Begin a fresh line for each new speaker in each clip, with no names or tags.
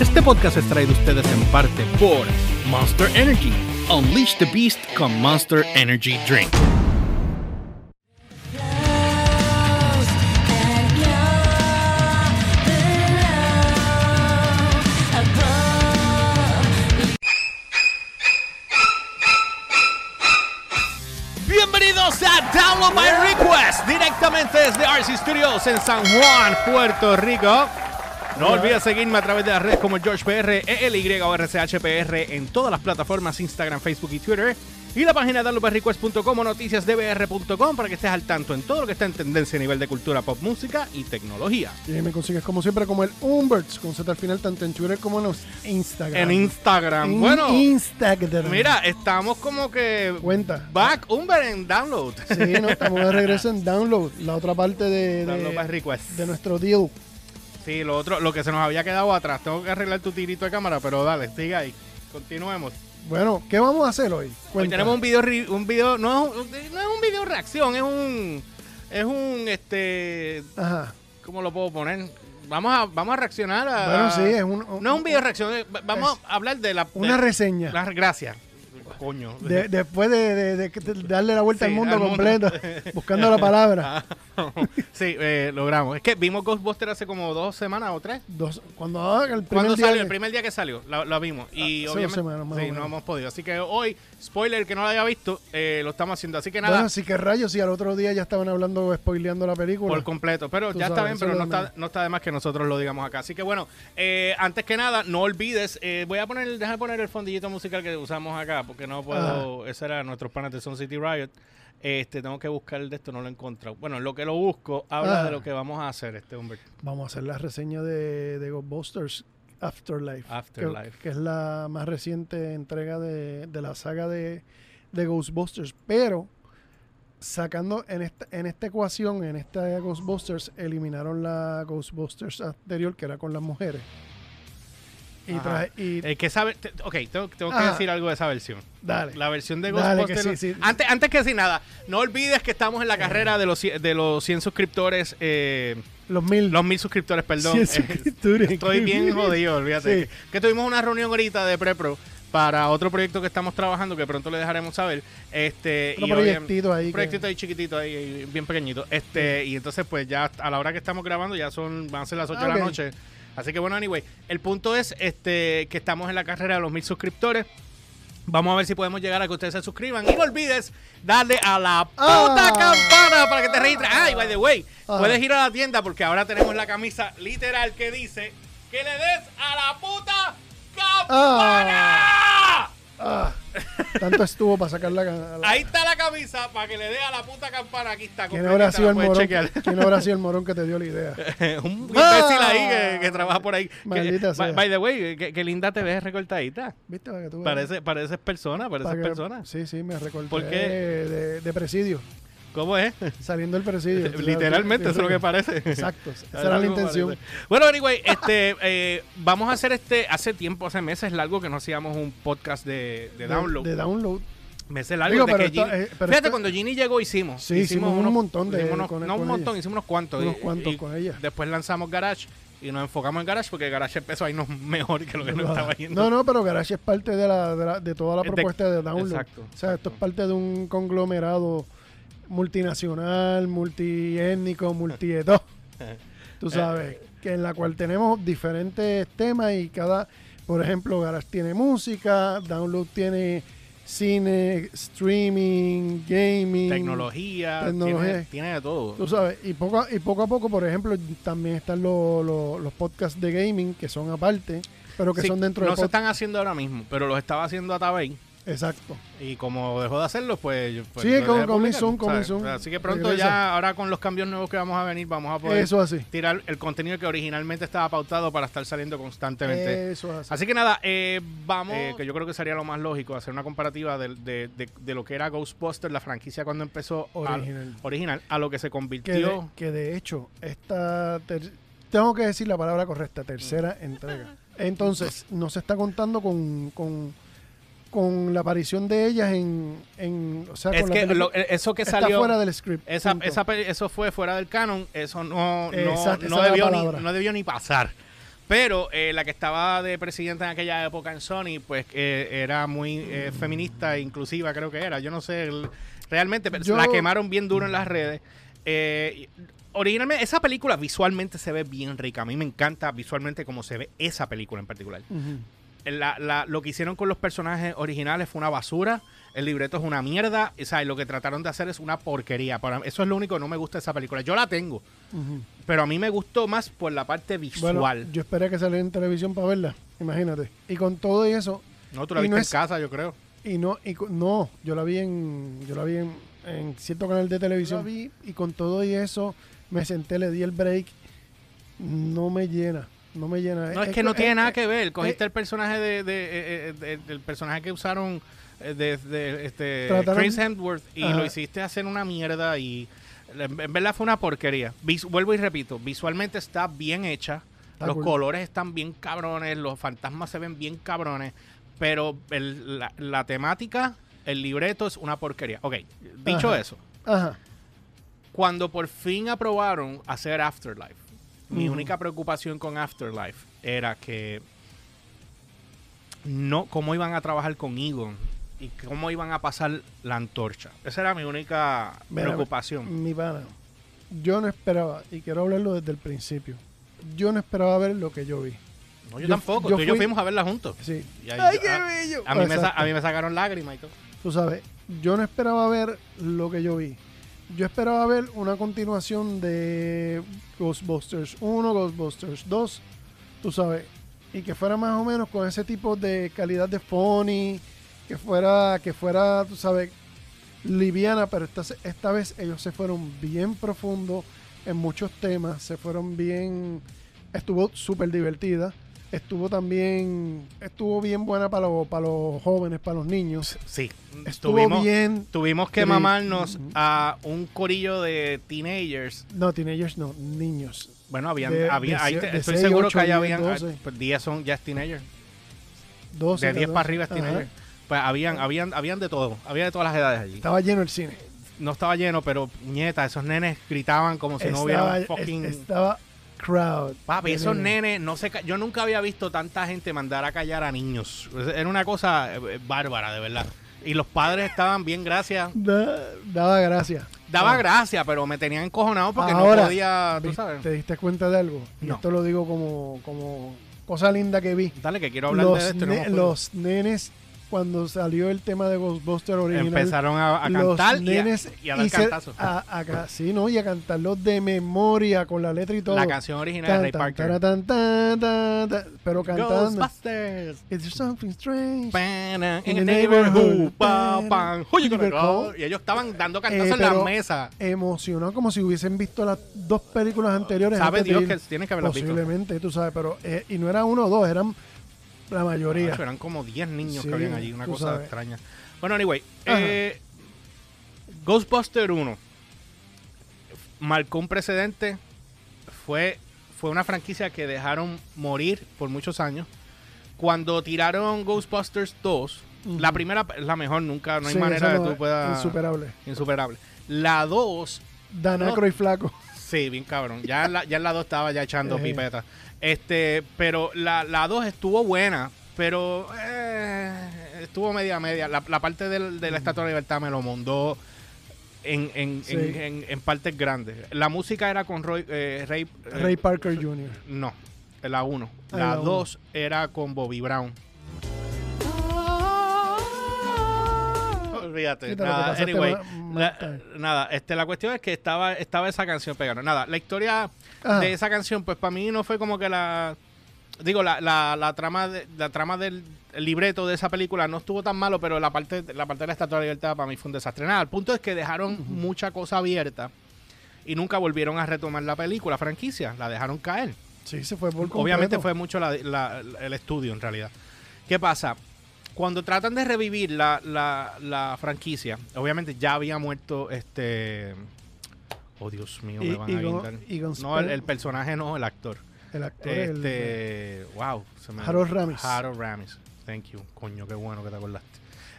Este podcast es traído a ustedes en parte por Monster Energy. Unleash the Beast con Monster Energy Drink. Bienvenidos a Download My Request, directamente desde RC Studios en San Juan, Puerto Rico. No olvides seguirme a través de las redes como GeorgePR, ELY o RCHPR en todas las plataformas Instagram, Facebook y Twitter. Y la página downloadbyrequest.com o noticiasdbr.com para que estés al tanto en todo lo que está en tendencia a nivel de cultura, pop, música y tecnología.
Y ahí me consigues como siempre como el Umberts con Z al final tanto en Twitter como en los Instagram.
En Instagram.
En
bueno,
Instagram.
mira, estamos como que
Cuenta.
back under en download.
Sí, no, estamos de regreso en Download, la otra parte de,
Download by
de,
request.
de nuestro deal.
Sí, lo otro, lo que se nos había quedado atrás. Tengo que arreglar tu tirito de cámara, pero dale, sigue ahí. Continuemos.
Bueno, ¿qué vamos a hacer hoy?
Hoy
Cuenta.
tenemos un video, re- un video, no es un, no es un video reacción, es un, es un, este,
Ajá.
¿cómo lo puedo poner? Vamos a, vamos a reaccionar a.
Bueno, sí, es un- un-
no es un video reacción, eh, va- vamos a hablar de la.
Una
de-
reseña.
la- gracias. Coño.
De- después de, de- de- de darle la vuelta
Sí,
al mundo
al mundo. Ah.
completo, buscando la palabra.
sí, eh, logramos. Es que vimos Ghostbusters hace como dos semanas o tres.
Dos- cuando ah, el primer
Cuando
día
salió,
de-
el primer día que salió, la, la vimos. Y
Ah, hace dos
obviamente
semanas más o
sí,
menos.
no hemos podido. Así que hoy, spoiler que no lo haya visto, eh, lo estamos haciendo. Así que nada,
Bueno, sí que rayos, y al otro día ya estaban hablando, spoileando la película.
por completo. Pero
Tú
ya está
sabes,
bien,
eso
pero
es
no
lo de
está, no está de más que nosotros lo digamos acá. Así que bueno, eh, antes que nada, no olvides, eh, voy a poner, déjame poner el fondillito musical que usamos acá, porque no puedo,
Ah.
ese era nuestros panas de Sun City Riot. Este, tengo que buscar el de esto, no lo encuentro. Bueno, en lo que lo busco, habla
Ah.
de lo que vamos a hacer, este hombre.
Vamos a hacer la reseña de, de Ghostbusters Afterlife.
Afterlife.
Que, que es la más reciente entrega de, de la saga de, de Ghostbusters. Pero sacando en esta, en esta ecuación, en esta Ghostbusters, eliminaron la Ghostbusters anterior, que era con las mujeres. Y,
Ajá. Eh,
traje- y
El que sabe, te- ok, tengo, tengo que
Ah.
decir algo de esa versión.
dale.
La versión de
Dale,
Ghostbusters.
que sí, sí.
Antes, antes que sin nada, no olvides que estamos en la carrera de los, cien- de los 100 suscriptores, eh,
los mil.
los 1000 suscriptores, perdón.
Cien
Eh,
suscriptores,
Estoy
qué
bien
bien.
jodido, olvídate.
Sí.
Que, que tuvimos una reunión ahorita de PrePro para otro proyecto que estamos trabajando que pronto le dejaremos saber. Este,
Otro
y obvia-
proyectito ahí
Un
que-
proyectito ahí chiquitito, ahí, ahí, bien pequeñito. Este, y entonces, pues ya a la hora que estamos grabando, ya son, van a ser las 8
Ah,
de
ok.
la noche. Así que bueno, anyway, el punto es este que estamos en la carrera de los mil suscriptores. Vamos a ver si podemos llegar a que ustedes se suscriban. Y no olvides darle a la puta
Ah.
campana para que te registres. Ah, y by the way,
Ah.
puedes ir a la tienda porque ahora tenemos la camisa literal que dice que le des a la puta campana.
Ah, tanto estuvo para sacar la. la-
Ahí está la camisa para que le des a la puta campana. Aquí está.
¿Quién
completita,
habrá, sido
la
el
puedes
morón,
chequear.
¿Quién habrá sido el morón que te dio la idea?
Un imbécil
Ah.
ahí que, que trabaja por ahí. Que-
Maldita
by,
sea.
by the way, que, que linda te ves recortadita.
¿Viste? Para que tú veas.
Pareces, pareces persona, pareces
Para que-
persona.
Sí, sí, me recorté
¿Por qué?
De, de- de presidio,
¿Cómo es?
saliendo del presidio. tú sabes,
Literalmente,
sí,
eso es lo que parece.
Exacto, esa era la
Algo
intención.
parece. Bueno, anyway, este, eh, vamos a hacer este, hace tiempo, hace meses largo que no hacíamos un podcast de, de download.
De, download.
meses largo.
Digo,
desde
pero
que
esto-
Ginny-
eh, pero
fíjate,
esto-
cuando Ginny llegó hicimos.
Sí, hicimos un montón de-
hicimos unos-
con-
no
con
un montón,
ella.
hicimos unos cuantos.
Unos cuantos con ella.
Después lanzamos Garage y nos enfocamos en Garage porque Garage empezó a irnos mejor que lo que nos estaba yendo.
No, no, pero Garage es parte de, la, de, la- de toda la
Es de-
propuesta de, download.
exacto,
O sea, esto es parte de un conglomerado multinacional, multiétnico, multieto. tú
Eh,
sabes, que en la cual tenemos diferentes temas y cada, por ejemplo, Garage tiene música, Download tiene cine, streaming, gaming,
Tecnología,
Tecnología.
Tiene, tiene de todo.
Tú sabes, y poco a, y poco a poco, por ejemplo, también están los- los- los podcasts de gaming que son aparte, pero que
Sí,
son dentro
no
de
se
podcast.
están haciendo ahora mismo, pero los estaba haciendo Atabey.
Exacto.
Y como dejó de hacerlo, pues. yo- pues
Sí,
lo
con-
dejé
con
publicar,
Mizun, con
¿sabes? Pues,
Mizun.
Así que pronto
Regresa.
ya, ahora con los cambios nuevos que vamos a venir, vamos a poder
Eso así.
tirar el contenido que originalmente estaba pautado para estar saliendo constantemente.
Eso así.
Así que nada, eh, vamos. eh, que yo creo que sería lo más lógico hacer una comparativa del- de, de- de lo que era Ghostbusters, la franquicia cuando empezó a-
Original.
original, a lo que se
Que de,
convirtió.
que de hecho, esta. ter- tengo que decir la palabra correcta, tercera
Mm.
entrega. Entonces, no se está contando con, con, con la aparición de ellas en. en o sea,
es
con la
que
película.
lo- eh, eso que
está
salió.
fuera del script.
esa,
punto.
esa pe- eso fue fuera del canon, eso no, no,
Exacto, esa
no
es la
debió ni,
palabra.
no debió ni pasar. Pero eh, la que estaba de presidenta en aquella época en Sony, pues eh, era muy eh, feminista e inclusiva, creo que era. Yo no sé, el- realmente pero
Yo-
la quemaron bien duro en las redes. Eh, y- originalmente, esa película visualmente se ve bien rica. A mí me encanta visualmente cómo se ve esa película en particular.
Ujú.
La- la- lo que hicieron con los personajes originales fue una basura. El libreto es una mierda. O sea, y lo que trataron de hacer es una porquería. Para, eso es lo único que no me gusta de esa película. Yo la tengo,
Ujú.
pero a mí me gustó más por la parte visual.
Bueno, yo esperé que saliera en televisión para verla, imagínate. Y con todo y eso,
No, tú la
Y
viste
no
en
es-
casa, yo creo.
y no, y co- no, yo la vi en, yo la vi en, en cierto canal de televisión.
La
vi y con todo y eso, me senté, le di el break, no me llena, no me llena.
No, es, que no tiene nada
ver.
que ver. Cogiste el personaje de, de- eh, eh, de- del personaje que usaron eh, de, de, este,
Trataron-
Chris Hemsworth y
Ajá.
lo hiciste hacer una mierda y en en verdad fue una porquería. Vis- vuelvo y repito, visualmente está bien hecha,
Está
los
cool.
colores están bien cabrones, los fantasmas se ven bien cabrones, pero el- la, la temática, el libreto es una porquería. Ok, dicho
Ajá.
eso,
Ajá.
cuando por fin aprobaron hacer Afterlife, mi
Ujú.
única preocupación con Afterlife era que no cómo iban a trabajar con Egon y cómo iban a pasar la antorcha. Esa era mi única
Mira, mm,
preocupación.
Mi pana, yo no esperaba, y quiero hablarlo desde el principio, yo no esperaba ver lo que yo vi.
No, yo,
yo-
tampoco.
yo
Tú y yo
fui-
fuimos a verla juntos.
Sí. Ah,
Y ahí yo- a-
bello!
a, mí me sa-
Exacto.
a mí me sacaron lágrimas y todo.
Tú sabes, yo no esperaba ver lo que yo vi. Yo esperaba ver una continuación de Ghostbusters 1, Ghostbusters 2, tú sabes, y que fuera más o menos con ese tipo de calidad de funny, que fuera, que fuera, tú sabes, liviana, pero esta, esta vez ellos se fueron bien profundo en muchos temas, se fueron bien, estuvo súper divertida, estuvo también, estuvo bien buena para los, para los jóvenes, para los niños.
Sí.
Estuvo
tuvimos,
bien.
tuvimos que
Cre-
mamarnos
Ujú.
a un corillo de teenagers
No, teenagers no, niños.
Bueno, habían,
De-
había,
de
ahí
se-
te-
de
estoy
seis,
seguro
ocho,
que allá
diez,
habían, ah,
doce.
pues 10 son ya teenagers,
12,
de 10 para
14.
arriba es
Ajá.
teenager. Pues habían, habían, habían de todo, había de todas las edades allí.
Estaba lleno el cine.
No estaba lleno, pero nieta, esos nenes gritaban como si no hubiera
estaba,
un fucking...
es- estaba crowd.
Papi,
de
esos
nenes.
nenes, no sé, ca- yo nunca había visto tanta gente mandar a callar a niños. Era una cosa eh, bárbara, de verdad. Y los padres estaban bien, gracias.
Da- daba gracia.
Daba
Ah.
gracias, pero me tenían encojonado porque
Ahora,
no podía, Ah, tú
¿Viste-
sabes.
¿Te diste cuenta de algo? Y
No.
Esto lo digo como, como cosa linda que vi.
Dale, que quiero hablar
Los,
de esto. y no
ne-
hemos podido.
los nenes, cuando salió el tema de Ghostbuster original,
Empezaron a, a
los
cantar y a-
nenes
y, a, dar
hice-
cantazos.
a- a ca- sí, ¿no? Y a cantarlos de memoria con la letra y todo.
La canción original de
Tan,
Ray
tan,
Parker.
tara, tan, tan, tan, tan, pero cantando.
Ghostbusters.
Is there something strange?
Pana,
In
In
the
the neighborhood.
neighborhood.
Pa, pan. Oye, con el
Neighborhood.
co- Y ellos estaban dando cantazos
Eh,
en la
pero-
mesa.
Emocionó como si hubiesen visto las dos películas anteriores.
Sabe
antes de
Dios
ir.
que tienes que haberlas visto.
Posiblemente, tú sabes, pero. eh, y no era uno o dos, eran la mayoría.
Macho, eran como 10 niños
Sí,
que habían allí, una
tú
cosa
sabes.
extraña. Bueno, anyway.
Ajá.
eh, Ghostbuster 1 marcó un precedente. Fue, fue una franquicia que dejaron morir por muchos años. Cuando tiraron Ghostbusters 2,
Ujú.
la primera es la mejor, nunca, no hay
Sí,
manera
eso
que
no-
tú puedas.
Insuperable.
Insuperable. La 2,
Danacro y Flaco.
sí, bien cabrón. Ya en la, ya en la 2 estaba ya echando
Eh.
pipeta. Este, pero la, la 2 estuvo buena, pero eh, estuvo media media. La, la parte del- de la Estatua de la Libertad me lo mondó en, en,
Sí.
en- en- en partes grandes. La música era con Roy, eh, Ray, eh,
Ray Parker Jr.
No, la 1.
Ah,
La
la uno.
2 era con Bobby Brown. Olvídate.
Sí, te lo este
nada,
pasaste
anyway,
más- más
la-
tarde.
nada, este, la cuestión es que estaba, estaba esa canción pegando. Nada, la historia
Ajá.
de esa canción, pues para mí no fue como que la. Digo, la, la, la trama de- la trama del el libreto de esa película no estuvo tan malo, pero la parte, la parte de la Estatua de la Libertad para mí fue un desastre. Nada, el punto es que dejaron mucha cosa abierta y nunca volvieron a retomar la película, franquicia, la dejaron caer.
Sí, se fue por completo.
Obviamente fue mucho la- la- el estudio en realidad. ¿Qué pasa? Cuando tratan de revivir la, la- la franquicia, obviamente ya había muerto este... Oh, Dios mío, me
Y-
van a
Egon-
guindar.
Egon
No, el,
Spell-
el personaje no, el actor.
El actor. el-
Este... Wow. se me-
Harold Ramis.
Harold Ramis. Thank you. Coño, qué bueno que te acordaste.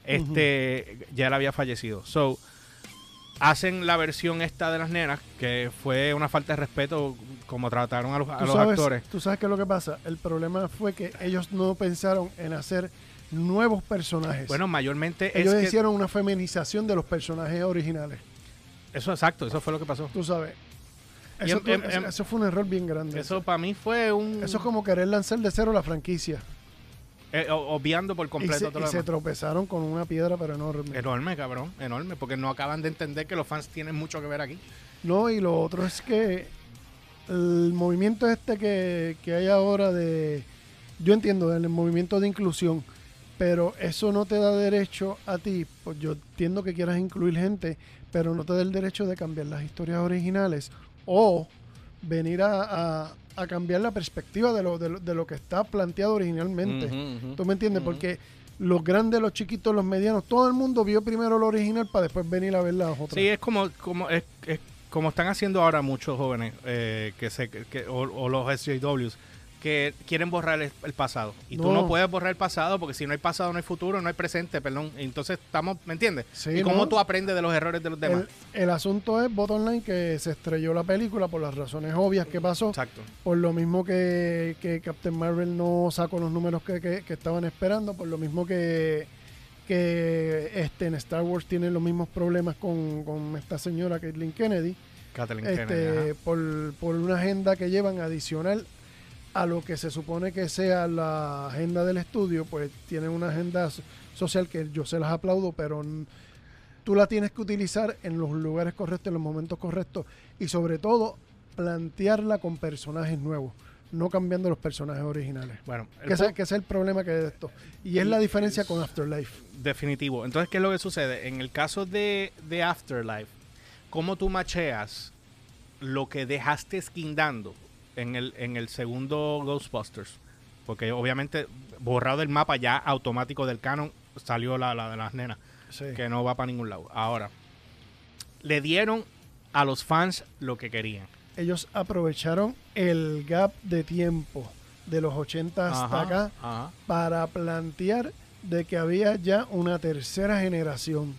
Este... Ya él había fallecido. So, hacen la versión esta de las nenas, que fue una falta de respeto como trataron a los, a
¿Tú
los
sabes,
actores.
Tú sabes qué es lo que pasa. El problema fue que ellos no pensaron en hacer nuevos personajes.
Bueno, mayormente
ellos
es que-
hicieron una feminización de los personajes originales.
Eso exacto, eso fue lo que pasó.
Tú sabes.
Y
Eso,
em-
tú-
em-
eso-
em-
eso fue un error bien grande.
Eso para mí fue un...
Eso es como querer lanzar de cero la franquicia.
eh, o- obviando por
Y
completo
se,
todo
y
lo
se
demás.
tropezaron con una piedra, pero enorme.
Enorme, cabrón, enorme, porque no acaban de entender que los fans tienen mucho que ver aquí.
No, y lo otro es que el movimiento este que, que hay ahora de... Yo entiendo, el movimiento de inclusión, pero eso no te da derecho a ti. Pues yo entiendo que quieras incluir gente, pero no te da el derecho de cambiar las historias originales o venir a, a- a cambiar la perspectiva de lo, de, lo, de lo que está planteado originalmente.
Ujú, ujú.
¿Tú me entiendes?
Ujú.
Porque los grandes, los chiquitos, los medianos, todo el mundo vio primero lo original para después venir a ver las otras.
Sí, es como, como, es, es como están haciendo ahora muchos jóvenes eh, que se, que- o, o los SJWs que quieren borrar el, el pasado. Y tú
No.
no puedes borrar el pasado porque si no hay pasado no hay futuro, no hay presente, perdón. Entonces estamos, ¿me entiendes?
Sí,
y cómo
¿no?
tú aprendes de los errores de los demás.
El, el asunto es, Bot Online, que se estrelló la película por las razones obvias que pasó.
Exacto.
Por lo mismo que, que Captain Marvel no sacó los números que, que- que estaban esperando. Por lo mismo que, que este, en Star Wars tienen los mismos problemas con, con esta señora, Caitlin Kennedy.
Kathleen Kennedy, ajá.
Este, por, por una agenda que llevan adicional a lo que se supone que sea la agenda del estudio, pues tienen una agenda so- social que yo se las aplaudo, pero n- tú la tienes que utilizar en los lugares correctos, en los momentos correctos y sobre todo plantearla con personajes nuevos, no cambiando los personajes originales.
Bueno, el
Que ese,
pu-
que ese es el problema que hay de esto. Y es la diferencia con Afterlife.
definitivo. Entonces, ¿qué es lo que sucede? En el caso de, de Afterlife, ¿cómo tú macheas lo que dejaste esquindando en el, en el segundo Ghostbusters? Porque obviamente, borrado del mapa ya automático del canon, salió la, la de las nenas,
Sí.
que no va para ningún lado. Ahora, le dieron a los fans lo que querían.
Ellos aprovecharon el gap de tiempo de los 80 hasta
Ajá,
acá
ajá.
para plantear de que había ya una tercera generación.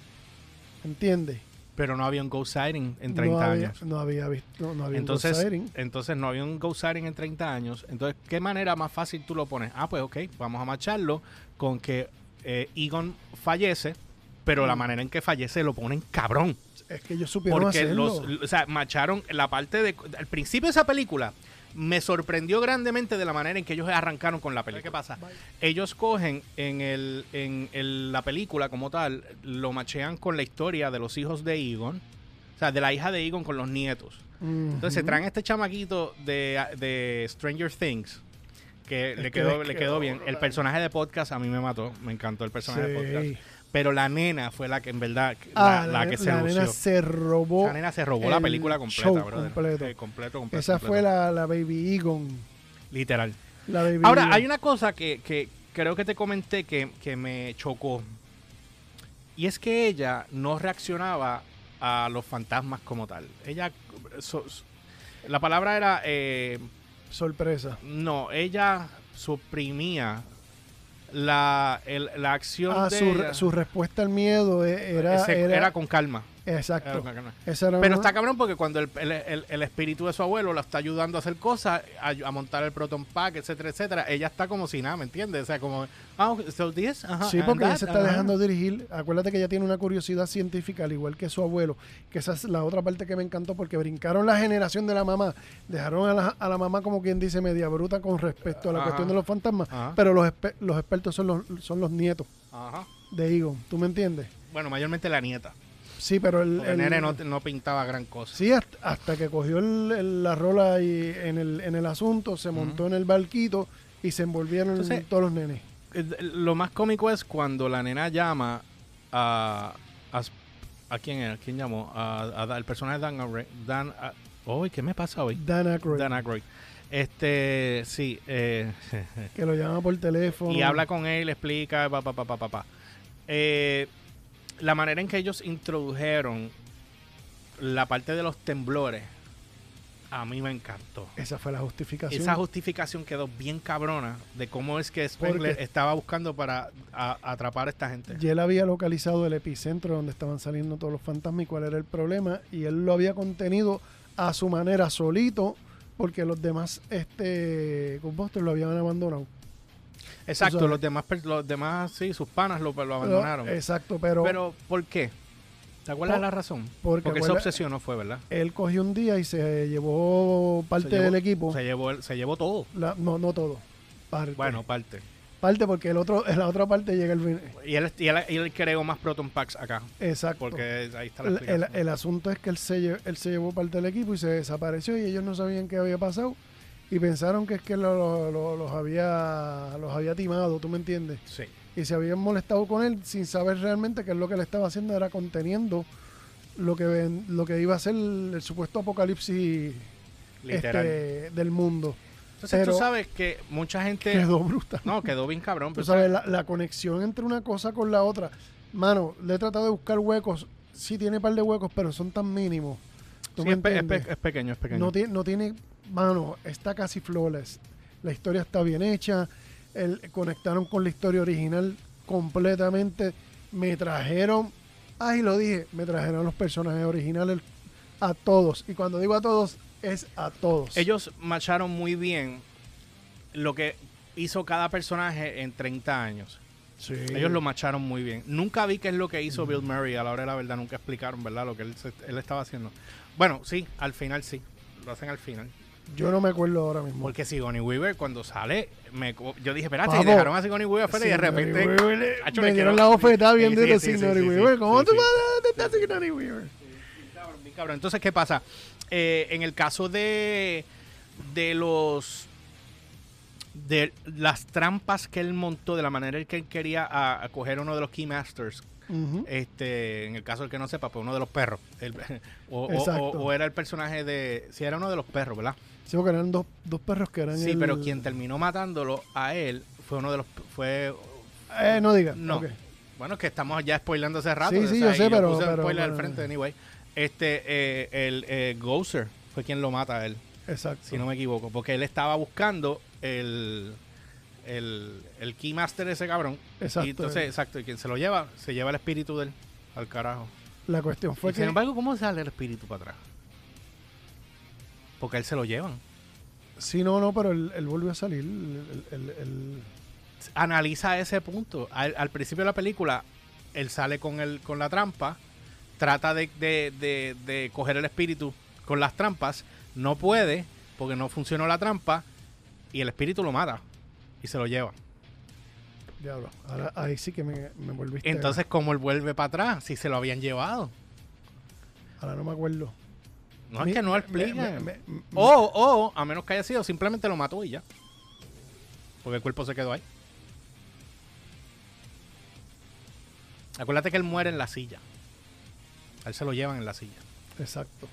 ¿Entiendes?
Pero no había un Ghost Sighting en 30
no había,
años.
No había visto, no había un
Entonces,
Ghost Siren.
entonces no había un Ghost Siren en 30 años. Entonces, ¿qué manera más fácil tú lo pones? Ah, pues ok, vamos a macharlo con que eh, Egon fallece, pero la
Mm.
manera en que fallece lo ponen cabrón.
Es que ellos supieron
Porque los,
hacerlo.
o sea, macharon la parte de... Al principio de esa película me sorprendió grandemente de la manera en que ellos arrancaron con la película. ¿Qué pasa? Ellos cogen en, el, en el- la película como tal, lo machean con la historia de los hijos de Egon, o sea, de la hija de Egon con los nietos.
Mm.
Entonces se traen a este chamaquito de, de Stranger Things. Que
Es
le
que
quedó,
les
le
quedó
quedó bien. El
brutal.
personaje de podcast a mí me mató. Me encantó el
Sí.
personaje de podcast. Pero la nena fue la que en verdad, la,
Ah,
la que se
la
lució.
nena se robó.
la nena se robó la
el
película completa,
show
brother.
completo.
Eh, completo, completo,
Esa
completo.
fue la, la Baby Egon.
Literal.
La Baby
Ahora,
Egon.
hay una cosa que, que creo que te comenté que, que me chocó. Y es que ella no reaccionaba a los fantasmas como tal. Ella... so- so- la palabra era... eh,
sorpresa.
No, ella suprimía la, el- la acción
Ah,
de
su, re-
ella.
su respuesta al miedo e- era.
Ese-
era,
era Ah, con calma. Era
exacto.
con calma.
Esa era
Pero
una-
está cabrón porque cuando el, el- el- el espíritu de su abuelo la está ayudando a hacer cosas, a, a montar el Proton Pack, etcétera, etcétera, ella está como si nada, ¿me entiendes? O sea, como, ah, ok, so this, ajá,
Sí,
and
porque ella
that,
se está
ajá.
dejando dirigir. Acuérdate que ella tiene una curiosidad científica, al igual que su abuelo. Que esa es la otra parte que me encantó, porque brincaron la generación de la mamá. Dejaron a la, a la mamá, como quien dice, media bruta con respecto a la
Ajá.
cuestión de los fantasmas.
Ajá.
Pero los, espe- los expertos son los, son los nietos
Ajá.
de Egon. ¿Tú me entiendes?
Bueno, mayormente la nieta.
Sí, pero el.
Porque
el-
el nene no, no pintaba gran cosa.
Sí, hasta, hasta que cogió el- el- la rola y, en, el, en el asunto, se montó en el barquito y se envolvieron
Entonces-
todos los nenes.
Eh, Lo más cómico es cuando la nena llama a. ¿A, a quién era? ¿Quién llamó? A- a- al personaje de Dan Aykroyd. Dan, a- Uy, ¿Qué me pasa hoy?
Dan Aykroyd,
Dan Aykroyd. Este, sí. eh,
que lo llama por teléfono.
y habla con él, le explica, pa, pa, pa, pa, pa, pa. Eh, la manera en que ellos introdujeron la parte de los temblores a mí me encantó.
Esa fue la justificación.
Esa justificación quedó bien cabrona de cómo es que Spengler
Porque-
estaba buscando para a- atrapar a esta gente.
Y él había localizado el epicentro donde estaban saliendo todos los fantasmas y cuál era el problema. Y él lo había contenido a su manera, solito, porque los demás este, Ghostbusters lo habían abandonado.
Exacto,
tú sabes.
los demás, per- los demás, sí, sus panas lo, lo abandonaron.
Exacto, pero,
Pero, ¿por qué? ¿Te acuerdas
Por-
la razón?
porque
Porque se
acuerda-
obsesionó, fue, ¿verdad?
él cogió un día y se llevó parte
Se llevó-
del equipo.
Se llevó, el- se llevó todo.
La- no, no todo. Parte.
Bueno, parte.
parte porque el otro, en la otra parte llega el... fin-
Y él, y él- y él creó más Proton Packs acá.
Exacto.
Porque ahí está la
El, el-
explicación.
el asunto es que él se, lle- él se llevó parte del equipo y se desapareció y ellos no sabían qué había pasado y pensaron que es que lo- lo- lo- los había los había timado, ¿tú me entiendes?
Sí.
Y se habían molestado con él sin saber realmente que lo que le estaba haciendo era conteniendo lo que ven- lo que iba a ser el, el supuesto apocalipsis
Literal.
este, del mundo.
Entonces tú
pero-
sabes que mucha gente...
Quedó brutal.
No, quedó bien cabrón.
Tú
pero-
sabes, la, la conexión entre una cosa con la otra. Mano, le he tratado de buscar huecos. Sí tiene par de huecos, pero son tan mínimos. ¿Tú
Sí,
me
es, pe- es pe-
entiendes?
es pequeño, es pequeño.
No, tiene, no tiene, mano, está casi flawless. La historia está bien hecha. El, conectaron con la historia original completamente. Me trajeron, ay, lo dije, me trajeron los personajes originales a todos. Y cuando digo a todos, es a todos.
Ellos macharon muy bien lo que hizo cada personaje en 30 años.
Sí.
Ellos lo macharon muy bien. Nunca vi qué es lo que hizo Bill Murray. A la hora de la verdad nunca explicaron, ¿verdad? Lo que él, se- él estaba haciendo. Bueno, sí, al final sí. Lo hacen al final.
Yo no me acuerdo ahora mismo.
Porque Sigourney Weaver cuando sale, me, co- yo dije, espérate, y
Papo,
dejaron a Sigourney Weaver afuera y de
Sigourney
repente...
Weaver le-
Acho,
me
le
dieron
quedó-
la bofetada bien
Sí, sí,
duro
sí,
sin
sí,
Nori
sí,
Weaver.
sí,
¿Cómo
sí,
tú
sí.
vas a dónde está Sigourney Weaver?
Cabrón, bien cabrón. Entonces, ¿qué pasa? Eh, en el caso de, de los de las trampas que él montó de la manera en que él quería a, a coger uno de los keymasters
Ujú.
este en el caso del que no sepa pues uno de los perros el- o, o-
Exacto.
o- o era el personaje de si era uno de los perros verdad
Sí, porque eran dos, dos perros que eran
sí
el-
pero quien terminó matándolo a él fue uno de los fue
Eh, no digas.
no.
ok.
Bueno, es que estamos ya spoilando hace rato.
Sí,
o
sí,
sea,
yo sé,
y
pero-
puse el
pero-
spoiler al
bueno.
frente, anyway. Este, eh, el eh, Gozer fue quien lo mata a él,
Exacto.
si no me equivoco. Porque él estaba buscando el, el, el Keymaster ese cabrón.
Exacto.
Y entonces, exacto, y quien se lo lleva, se lleva el espíritu de él al carajo.
La cuestión fue
Y sin
que
embargo, ¿cómo sale el espíritu para atrás? Porque a él se lo llevan.
Sí, no, no, pero él, él volvió a salir. El, el- el-
analiza ese punto. Al, al principio de la película, él sale con, el, con la trampa, trata de, de- de- de coger el espíritu con las trampas, no puede porque no funcionó la trampa y el espíritu lo mata y se lo lleva.
Diablo, ahora, ahí sí que me, me volviste.
Entonces, ¿cómo él vuelve para atrás si se lo habían llevado?
Ahora no me acuerdo.
No
Mi-
es que no Oh.
me-
explica.
me- me-
O, o, a menos que haya sido, simplemente lo mató y ya. Porque el cuerpo se quedó ahí. Acuérdate que él muere en la silla. A él se lo llevan en la silla.
Exacto.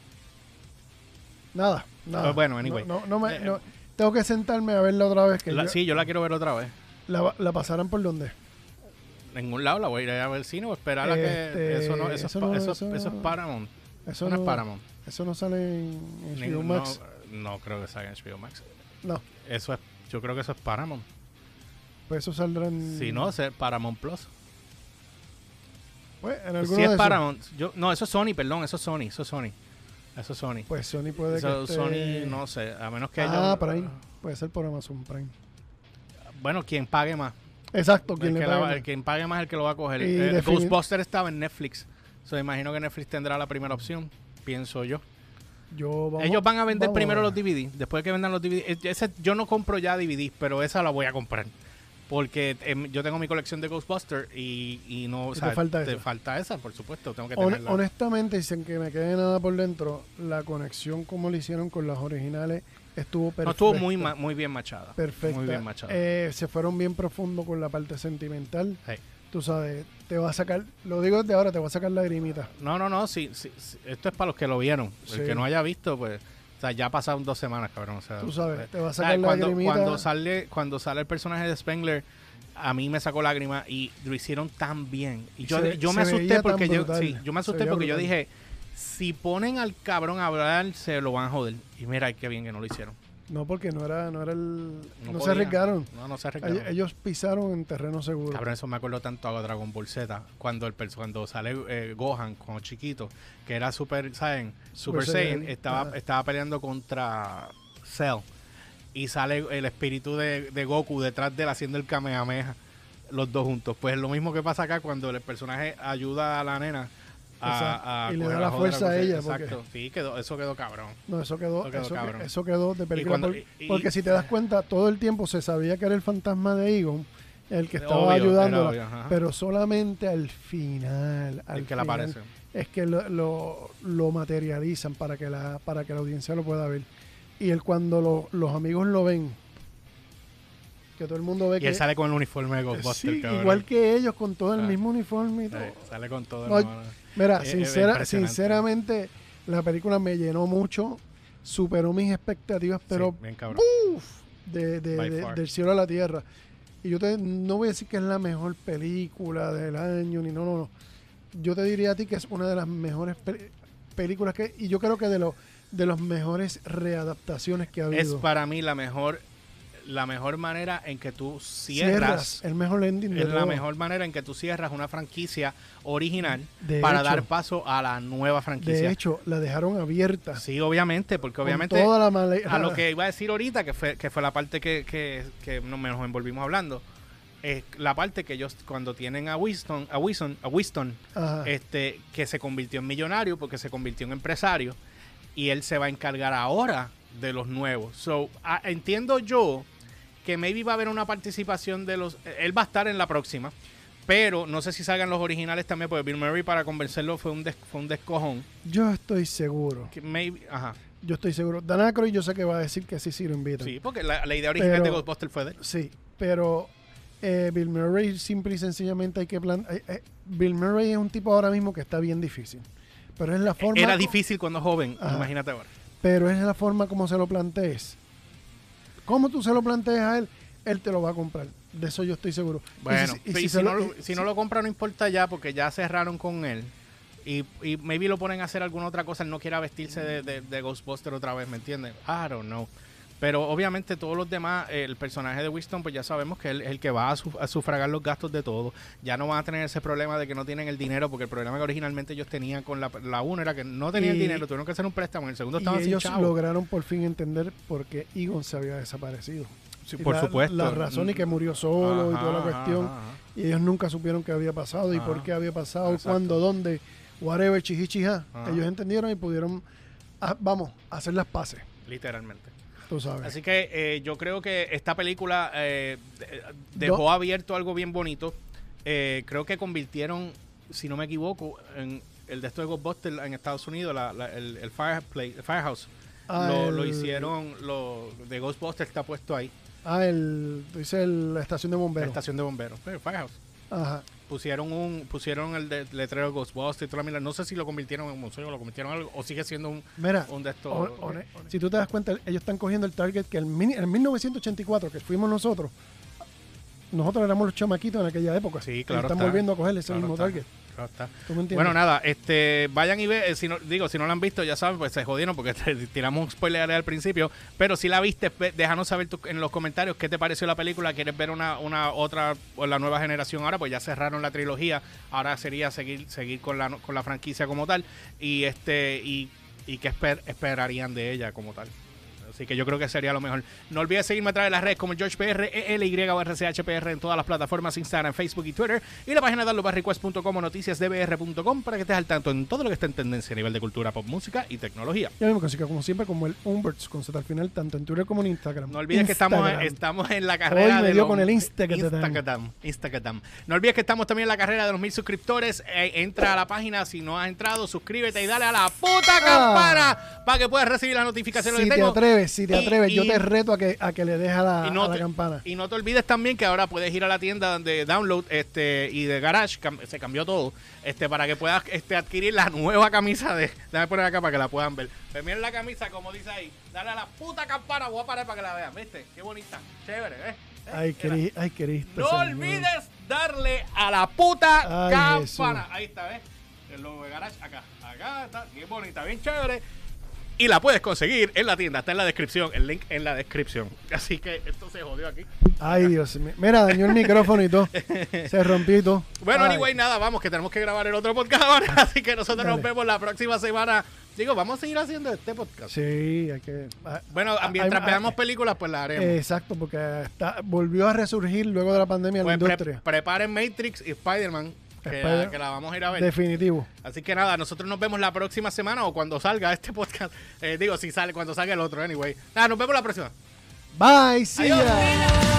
Nada,
Pero
nada.
Pues bueno, anyway.
No, no, no me-
Eh,
no- tengo que sentarme a verla otra vez. Que
La-
yo-
sí, yo la quiero ver otra vez.
la, la pasarán por donde.
En ningún lado la voy a ir a ver al cine o esperar a que.
Este,
Eso no, eso,
eso
es, pa-
no-
eso,
eso
eso es
no-
Paramount.
Eso
no,
no,
es Paramount.
eso no sale en, en
Ning-
HBO Max.
No, no creo que salga en HBO Max.
No.
Eso es, yo creo que eso es Paramount.
pues eso saldrá en.
Si no, es Paramount Plus.
Pues en alguno
Si
de
es
esos.
Paramount. Yo, no, eso es Sony, perdón. Eso es Sony. Eso es Sony. Eso es Sony.
Pues Sony puede
Eso,
que. esté-
Sony, no sé, a menos que ellos-
Ah, Prime. Puede ser por Amazon Prime.
Bueno, quien pague más.
Exacto,
El
quien
que
le
la va-
paga.
el quien pague más es el que lo va a coger.
Y
Eh,
definit-
Ghostbuster estaba en Netflix. So, imagino que Netflix tendrá la primera opción, pienso yo.
Yo, vamos-
ellos van a vender
vamos
primero
ver.
los DVD. Después de que vendan los DVD. eh, ese- yo no compro ya DVD, pero esa la voy a comprar. Porque em, yo tengo mi colección de Ghostbuster y, y no.
Y te falta esa.
falta esa, por supuesto. Tengo que
Hon-
tenerla.
honestamente, dicen que me quede nada por dentro, la conexión como lo hicieron con las originales estuvo perfecta.
no estuvo muy, ma- muy bien machada.
perfecta.
Muy bien machada.
Eh, se fueron bien profundo con la parte sentimental.
Sí.
Tú sabes, te va a sacar, lo digo desde ahora, te va a sacar lagrimitas.
No, no, no, sí, sí, sí, esto es para los que lo vieron.
Sí.
El que no haya visto, pues, o sea, ya pasaron dos semanas, cabrón. O sea, pues,
Tú sabes, te va a
o sea,
sacar
cuando,
lagrimitas.
cuando sale, cuando sale el personaje de Spengler, a mí me sacó lágrimas y lo hicieron tan bien. Y
Y
yo,
se ve-
yo me
se
asusté
veía tan
porque yo,
brutal,
sí, yo me
se
asusté
veía
porque yo
brutal.
dije, Si ponen al cabrón a hablar, se lo van a joder. Y mira, qué bien que no lo hicieron.
No, porque no era, no era el. No, se
podían.
arriesgaron.
No, no se arriesgaron.
Ell- Ellos pisaron en terreno seguro.
Cabrón, eso me acuerdo tanto a Dragon Ball Z, cuando el perso- cuando sale eh, Gohan cuando chiquito, que era Super Saiyan, Super
Super
Saiyan
Saiyan,
estaba,
Pues, eh, ajá.
estaba peleando contra Cell y sale el espíritu de, de Goku detrás de él haciendo el Kamehameha, los dos juntos. Pues es lo mismo que pasa acá cuando el personaje ayuda a la nena
Exacto.
a, a
Y le
coger
da
la
la
joder
fuerza a
cosa.
ella, porque-
Exacto, sí, quedó, eso quedó cabrón.
No, eso
Eso
quedó, eso
quedó
quedó,
cabrón.
eso quedó de película.
cuando-
por-
y- y-
porque si te das cuenta, todo el tiempo se sabía que era el fantasma de Egon el que estaba
Obvio, era
ayudándola.
obvio, ajá.
pero solamente al final. Al
el que le
final,
aparece.
Es que lo, lo- lo materializan para que, la, para que la audiencia lo pueda ver. Y él cuando lo- los amigos lo ven, que todo el mundo ve
Y
que...
él sale con el uniforme de Ghostbusters,
Eh, Sí,
cabrón.
igual que ellos, con todo el
Ah.
mismo uniforme y todo.
Sí, sale con todo.
No,
hermano.
Mira,
Eh, eh,
sincera-
impresionante.
sinceramente, la película me llenó mucho, superó mis expectativas, pero
Sí, bien cabrón.
uf, de- de-
By
de-
far.
del cielo a la tierra. Y yo te, no voy a decir que es la mejor película del año, ni no, no, no. Yo te diría a ti que es una de las mejores pe- películas que... Y yo creo que de, los de las mejores readaptaciones que ha
es
habido.
para mí la mejor la mejor manera en que tú
Cierras
cierras,
el mejor ending de
es la
todo.
mejor manera en que tú cierras una franquicia original
De
para
hecho.
dar paso a la nueva franquicia.
De hecho, la dejaron abierta.
sí, obviamente, porque
con
obviamente
toda la male-
a lo que iba a decir ahorita, que fue, que fue la parte que, que, que no- nos envolvimos hablando, es la parte que ellos cuando tienen a Winston, a Winston, a Winston,
Ajá.
este, que se convirtió en millonario porque se convirtió en empresario y él se va a encargar ahora de los nuevos. So, a- entiendo yo que maybe va a haber una participación de los... Él va a estar en la próxima, pero no sé si salgan los originales también, porque Bill Murray para convencerlo fue un, des- fue un descojón.
Yo estoy seguro.
Que maybe, ajá,
Yo estoy seguro. Dan Aykroyd yo sé que va a decir que sí, sí lo invitan.
sí, porque la, la idea original
Pero-
de Ghostbusters fue de él.
Sí, pero eh, Bill Murray simple y sencillamente hay que plan... eh, eh, Bill Murray es un tipo ahora mismo que está bien difícil. Pero es la forma...
Eh, Era difícil cuando joven,
Ajá.
imagínate ahora.
Pero es la forma como se lo plantees. Como tú se lo plantees a él, él te lo va a comprar. De eso yo estoy seguro. Y si-
Bueno,
y
y si,
se
no,
lo-
lo,
y-
si no lo compra no importa ya porque ya cerraron con él. Y, y maybe lo ponen a hacer alguna otra cosa, él no quiera vestirse de, de, de Ghostbuster otra vez, ¿me entiendes? I don't know. Pero obviamente todos los demás, eh, el personaje de Winston, pues ya sabemos que él es el que va a, suf- a sufragar los gastos de todo. Ya no van a tener ese problema de que no tienen el dinero, porque el problema que originalmente ellos tenían con la, la uno era que no tenían el
Y-
dinero, tuvieron que hacer un préstamo, en el segundo
y
estaban sin
ellos
chavo.
lograron por fin entender por qué Egon se había desaparecido.
Sí,
Y la- La razón y que murió solo y toda la
Ajá,
cuestión.
ajá, ajá.
y ellos nunca supieron qué había pasado y
Ajá.
por qué había pasado,
Exacto.
cuándo, dónde, whatever, chihichija.
Ajá.
Ellos entendieron y pudieron, ah, vamos, hacer las paces,
Literalmente.
tú sabes.
Así que eh, yo creo que esta película eh, de- dejó
Yo-
abierto algo bien bonito. Eh, creo que convirtieron, si no me equivoco, en el de estos de Ghostbusters en Estados Unidos, la- la- el, el fireplace- el Firehouse.
Ah,
lo, lo
el-
hicieron, lo de Ghostbusters está puesto ahí,
Ah, el, tú dices el- la estación de
la
bomberos.
estación de bomberos. eh, Firehouse.
Ajá.
Pusieron un pusieron el de- letrero de Ghostbusters y toda la mierda. No sé si lo convirtieron en un museo, lo convirtieron en algo, o sigue siendo un,
Mira,
un de estos.
hon- hone- si tú te das cuenta, ellos están cogiendo el target que el mini- en 1984, que fuimos nosotros, nosotros éramos los chamaquitos en aquella época.
Sí, claro
Están
está.
volviendo a coger ese
Claro
mismo
está.
target.
Claro está.
¿Tú me entiendes?
Bueno, nada, este, vayan y ve, eh, si no, digo, si no la han visto, ya saben, pues se jodieron porque te- tiramos un spoiler al principio, pero si la viste, ve- déjanos saber tú en los comentarios qué te pareció la película, quieres ver una, una otra o la nueva generación ahora, pues ya cerraron la trilogía, ahora sería seguir, seguir con la con la franquicia como tal y este y, y qué esper- esperarían de ella como tal. Así que yo creo que sería lo mejor. No olvides seguirme a través de las redes como GeorgePR, ELY o RCHPR en todas las plataformas, Instagram, Facebook y Twitter. Y la página de o noticiasdbr.com para que estés al tanto en todo lo que está en tendencia a nivel de cultura, pop, música y tecnología.
Ya me consigo, como siempre, como el Umberts con Z al final, tanto en Twitter como en Instagram.
No olvides que estamos,
Instagram.
estamos en la carrera
Hoy me
de
dio
los-
con el Instagram.
Instagram, Instagram. No olvides que estamos también en la carrera de los mil suscriptores. Eh, entra a la página si no has entrado, suscríbete y dale a la puta campana para que puedas recibir las notificaciones
Ah. Si
que
te
tengo.
atreves, si te
Y-
atreves, yo
y-
te reto a que, a que le dejes a la,
y no
a la
te-
campana.
Y no te olvides también que ahora puedes ir a la tienda de Download este y de Garage, cam- se cambió todo, este para que puedas este, adquirir la nueva camisa de... Déjame poner acá para que la puedan ver. Pues miren la camisa, como dice ahí. Dale a la puta campana, voy a parar para que la vean, ¿viste? Qué bonita, chévere, ¿eh? ¿Eh?
Ay,
Mira.
Cri- ay, Cristo.
No
Señor.
olvides darle a la puta
Pues Ay,
campana.
Jesús.
Ahí está, ¿ves? el logo de Garage acá. Acá está, bien bonita, bien chévere. Y la puedes conseguir en la tienda, está en la descripción, el link en la descripción. Así que esto se jodió aquí.
Ay, Dios mío. Mira, dañó el micrófono y todo. Se rompió y todo.
Bueno,
Ay.
anyway, nada, vamos, que tenemos que grabar el otro podcast ahora. Así que nosotros nos
Dale.
vemos la próxima semana. Digo, vamos a seguir haciendo este podcast.
Sí, hay que. ah,
Bueno,
ah,
mientras
hay-
veamos
ah,
películas, pues la haremos.
eh, Exacto, porque está- volvió a resurgir luego de la pandemia
Pues
la
pre-
industria.
preparen Matrix y Spider-Man, que, la-
Spider-
que la vamos a ir a ver.
Definitivo.
Así que nada, nosotros nos vemos la próxima semana o cuando salga este podcast. Eh, digo, si sale, cuando salga el otro, anyway. Nada, nos vemos la próxima.
Bye, see
Adiós.
ya.